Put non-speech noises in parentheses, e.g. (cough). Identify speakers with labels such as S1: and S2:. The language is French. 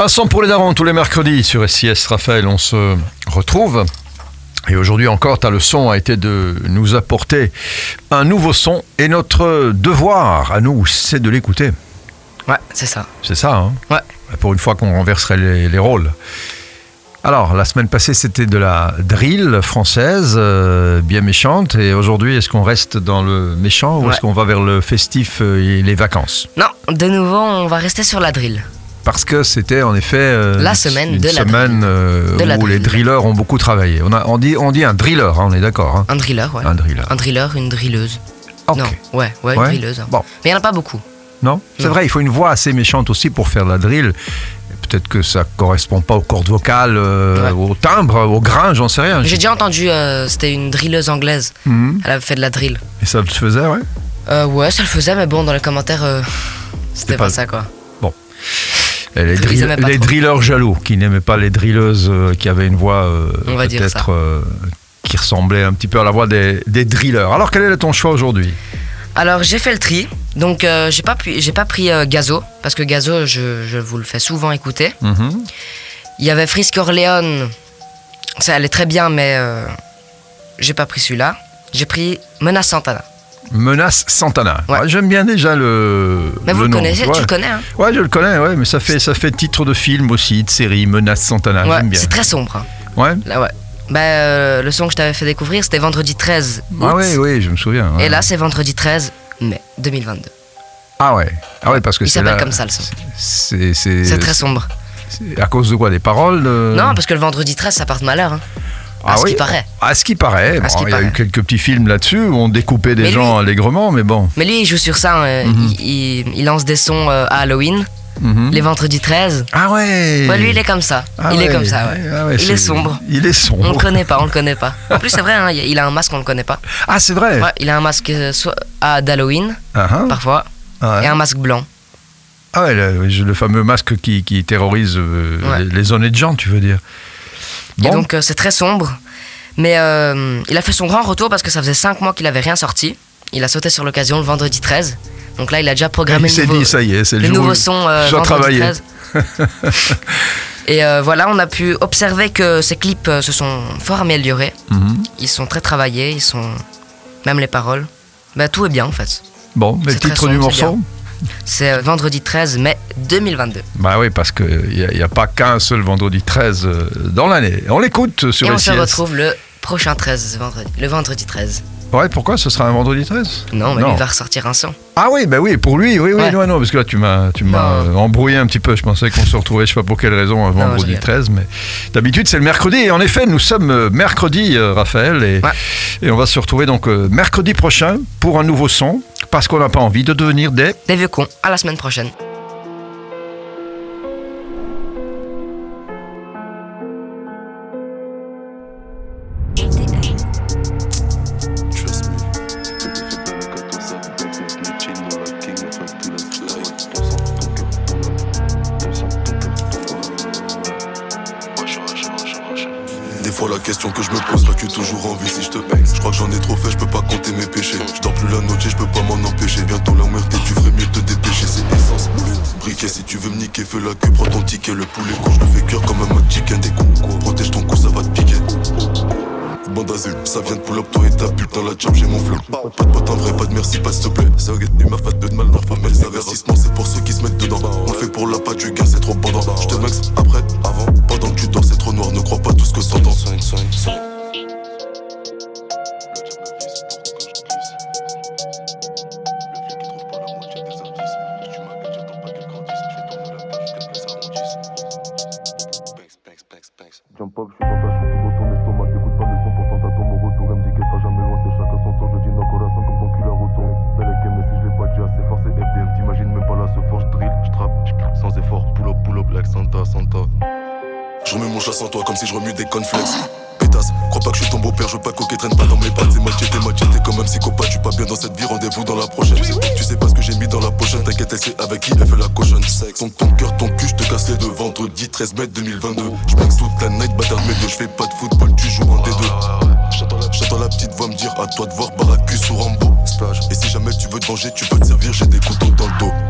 S1: Passons pour les darons tous les mercredis sur SIS Raphaël, on se retrouve. Et aujourd'hui encore, ta leçon a été de nous apporter un nouveau son. Et notre devoir à nous, c'est de l'écouter.
S2: Ouais, c'est ça.
S1: C'est ça, hein
S2: Ouais.
S1: Pour une fois qu'on renverserait les, les rôles. Alors, la semaine passée, c'était de la drill française, euh, bien méchante. Et aujourd'hui, est-ce qu'on reste dans le méchant ou
S2: Ouais.
S1: est-ce qu'on va vers le festif euh, et les vacances
S2: Non, de nouveau, on va rester sur la drill.
S1: parce que c'était en effet euh,
S2: La
S1: une-
S2: semaine
S1: une
S2: de la
S1: semaine
S2: drill.
S1: euh,
S2: De la
S1: où les
S2: drill.
S1: drillers ont beaucoup travaillé. On, a- on dit, on dit un driller, hein, on est d'accord. hein.
S2: Un driller, ouais.
S1: Un driller.
S2: Un driller, une drilleuse.
S1: Ok.
S2: Non, ouais, ouais, une
S1: Ouais.
S2: drilleuse. hein.
S1: Bon, Ah,
S2: Mais il n'y en a pas beaucoup.
S1: non, c'est
S2: Non.
S1: vrai, il faut une voix assez méchante aussi pour faire de la drill. Et Peut-être que ça correspond pas aux cordes vocales, euh, au timbre, au grain, j'en sais rien.
S2: J'ai déjà entendu, euh, c'était une drilleuse anglaise.
S1: Mhm.
S2: Elle avait fait de la drill.
S1: Et ça se faisait, ouais.
S2: Euh, ouais, ça le faisait, mais bon, dans les commentaires, euh, c'était
S1: pas-
S2: pas, ça, quoi.
S1: Et les,
S2: Ils
S1: drill-
S2: aimaient pas
S1: les
S2: trop.
S1: drillers jaloux, qui n'aimaient pas les drilleuses euh, qui avaient une voix euh,
S2: On va dire ça.
S1: peut-être euh, qui ressemblait un petit peu à la voix des, des drillers. Alors quel est ton choix aujourd'hui
S2: Alors, j'ai fait le tri. Donc, euh, j'ai pas, pu- j'ai pas pris euh, Gazo, parce que Gazo, je, je vous le fais souvent écouter.
S1: Mhm.
S2: Il y avait Frisk Orleans. Ça allait très bien, mais euh, j'ai pas pris celui-là. J'ai pris Menace Santana.
S1: Menace Santana.
S2: Ouais.
S1: Ouais, J'aime bien déjà le.
S2: Mais vous le
S1: nom.
S2: connaissez,
S1: ouais.
S2: tu le connais, hein
S1: Ouais, je le connais, ouais, mais ça fait, ça fait titre de film aussi, de série, Menace Santana.
S2: Ouais,
S1: Ah, J'aime bien.
S2: c'est très sombre. hein.
S1: Ouais.
S2: Là, ouais. Bah, euh, le son que je t'avais fait découvrir, c'était vendredi 13.
S1: Ah
S2: août.
S1: ouais, ouais, je me souviens. ouais.
S2: Et là, c'est vendredi 13 mai 2022.
S1: Ah ouais. Ah ouais, parce que
S2: Il
S1: c'est
S2: s'appelle
S1: là-
S2: comme ça le son.
S1: C'est c'est-
S2: C'est très sombre.
S1: c'est à cause de quoi Des paroles de-
S2: Non, parce que le vendredi 13, ça part de malheur. hein.
S1: Ah
S2: à ce
S1: oui,
S2: qui paraît.
S1: À ce qui paraît.
S2: À ce
S1: Bon,
S2: qui
S1: il y a eu
S2: paraît.
S1: quelques petits films là-dessus où on découpait des
S2: Mais
S1: gens allègrement, mais bon.
S2: Mais lui, il joue sur ça. hein.
S1: Mhm.
S2: il, il- il lance des sons euh, à Halloween,
S1: Mhm.
S2: les vendredis 13.
S1: Ah ouais.
S2: Ouais, lui, il est comme ça.
S1: Ah
S2: il
S1: ouais,
S2: est comme ça, ouais.
S1: ah ouais,
S2: Il est
S1: c'est-
S2: sombre.
S1: Il est
S2: On le
S1: sombre.
S2: connaît pas, on le connaît pas. En plus, c'est vrai, hein, il a un masque, on le connaît pas.
S1: Ah, c'est vrai.
S2: Ouais, il a un masque euh, soit à d'Halloween,
S1: Ah, hein.
S2: parfois,
S1: Ah ouais.
S2: et un masque blanc.
S1: Ah ouais, le, le fameux masque qui, qui terrorise euh,
S2: Ouais.
S1: les, les honnêtes gens, tu veux dire.
S2: Et
S1: Bon,
S2: donc, euh, c'est très sombre. Mais euh, il a fait son grand retour parce que ça faisait 5 mois qu'il avait rien sorti. Il a sauté sur l'occasion le vendredi 13. Donc là, il a déjà
S1: il
S2: programmé le
S1: s'est
S2: nouveau,
S1: dit, ça y est, c'est le,
S2: le
S1: jour
S2: nouveau
S1: où
S2: son euh,
S1: je dois
S2: vendredi
S1: travailler. (laughs)
S2: 13. Et euh, voilà, on a pu observer que ces clips euh, se sont fort améliorés.
S1: Mhm.
S2: Ils sont très travaillés, ils sont. Même les paroles. Bah, tout est bien en fait.
S1: Bon, mais
S2: C'est
S1: le
S2: très
S1: titre
S2: sombre,
S1: du
S2: c'est
S1: morceau
S2: C'est euh, vendredi 13 mai 2022.
S1: Bah oui, parce qu'il n'y a, y a pas qu'un seul vendredi 13 euh, dans l'année. On l'écoute euh, sur
S2: Et on se
S1: SIS.
S2: retrouve le prochain 13, vendredi, le vendredi 13.
S1: Ouais, pourquoi ce sera un vendredi 13
S2: Non, mais
S1: Non.
S2: lui va ressortir un son.
S1: Ah oui, bah oui, pour lui, oui, oui,
S2: Ouais.
S1: non, non, parce que là tu m'as, tu m'as
S2: Non.
S1: embrouillé un petit peu. Je pensais qu'on se retrouvait, je sais pas pour quelle raison, un
S2: je
S1: vendredi
S2: rigole.
S1: 13, mais d'habitude c'est le mercredi. Et en effet, nous sommes euh, mercredi, euh, Raphaël, et,
S2: Ouais.
S1: et on va se retrouver donc euh, mercredi prochain pour un nouveau son, parce qu'on n'a pas envie de devenir des.
S2: Des vieux cons, à la semaine prochaine.
S3: Trust me. Quand on s'appelle avec le chain dans la king, on fait tout la On sent ton cœur tombe. On sent ton cœur
S4: Des fois la question que je me pose que toujours en vie si je te peine Je crois que j'en ai trop fait, je peux pas compter mes péchés Je dors plus la noche, je peux pas m'en empêcher Bientôt la merde et tu ferais mieux de te dépêcher C'est essence, le briquet Si tu veux me niquer, fais la queue, prends ton ticket Le poulet con, je le fais cuire comme un McChicken Des cons, protège ton cou, ça va te piquer Bande azul, ça vient de pull up, toi et ta pute dans la chambre, j'ai mon flow. Pas de pote en vrai, pas de merci, pas s'il te plaît. Ça guette du maf, pas de mal, ma femme, les investissements, c'est pour ceux qui se mettent dedans. On le fait pour la patte du gars, c'est trop pendant. Je te max après, avant, pendant que tu dors, c'est trop noir, ne crois pas tout ce que t'entends. Jump up, je suis dans ta chute, dans ton estomac, t'écoutes pas mes sons, pourtant t'attends mon retour. Elle me dit qu'elle sera jamais loin, c'est chacun son tour, je dis dans le corazon comme ton cul à retourne. Belle et mais si je l'ai pas dit assez fort, c'est FDM, t'imagines même pas là, ce fort, je drill, je trappe, je claque, sans effort, pull up, pull up, like Santa, Santa. Je remets mon chat sans toi comme si je remue des conflex. Pétasse, crois pas que je suis ton beau-père, je veux pas coquer, traîne pas dans mes pattes. C'est machete, machete, comme un psychopathe, je suis pas bien dans cette vie, rendez-vous dans la prochaine. Tu sais pas ce que j'ai mis dans la pochette, t'inquiète, elle sait avec qui elle fait la cochonne. Sexe, ton, ton cœur, ton cul, je te casse les deux, vendredi 13 mai 2022. Je toute la night, bâtard, mes deux, je fais pas de football, tu joues en D2. J'attends la- J'attends la petite voix me dire à toi de voir Barakus ou Rambo Splash Et si jamais tu veux te venger tu peux te servir J'ai des couteaux dans le dos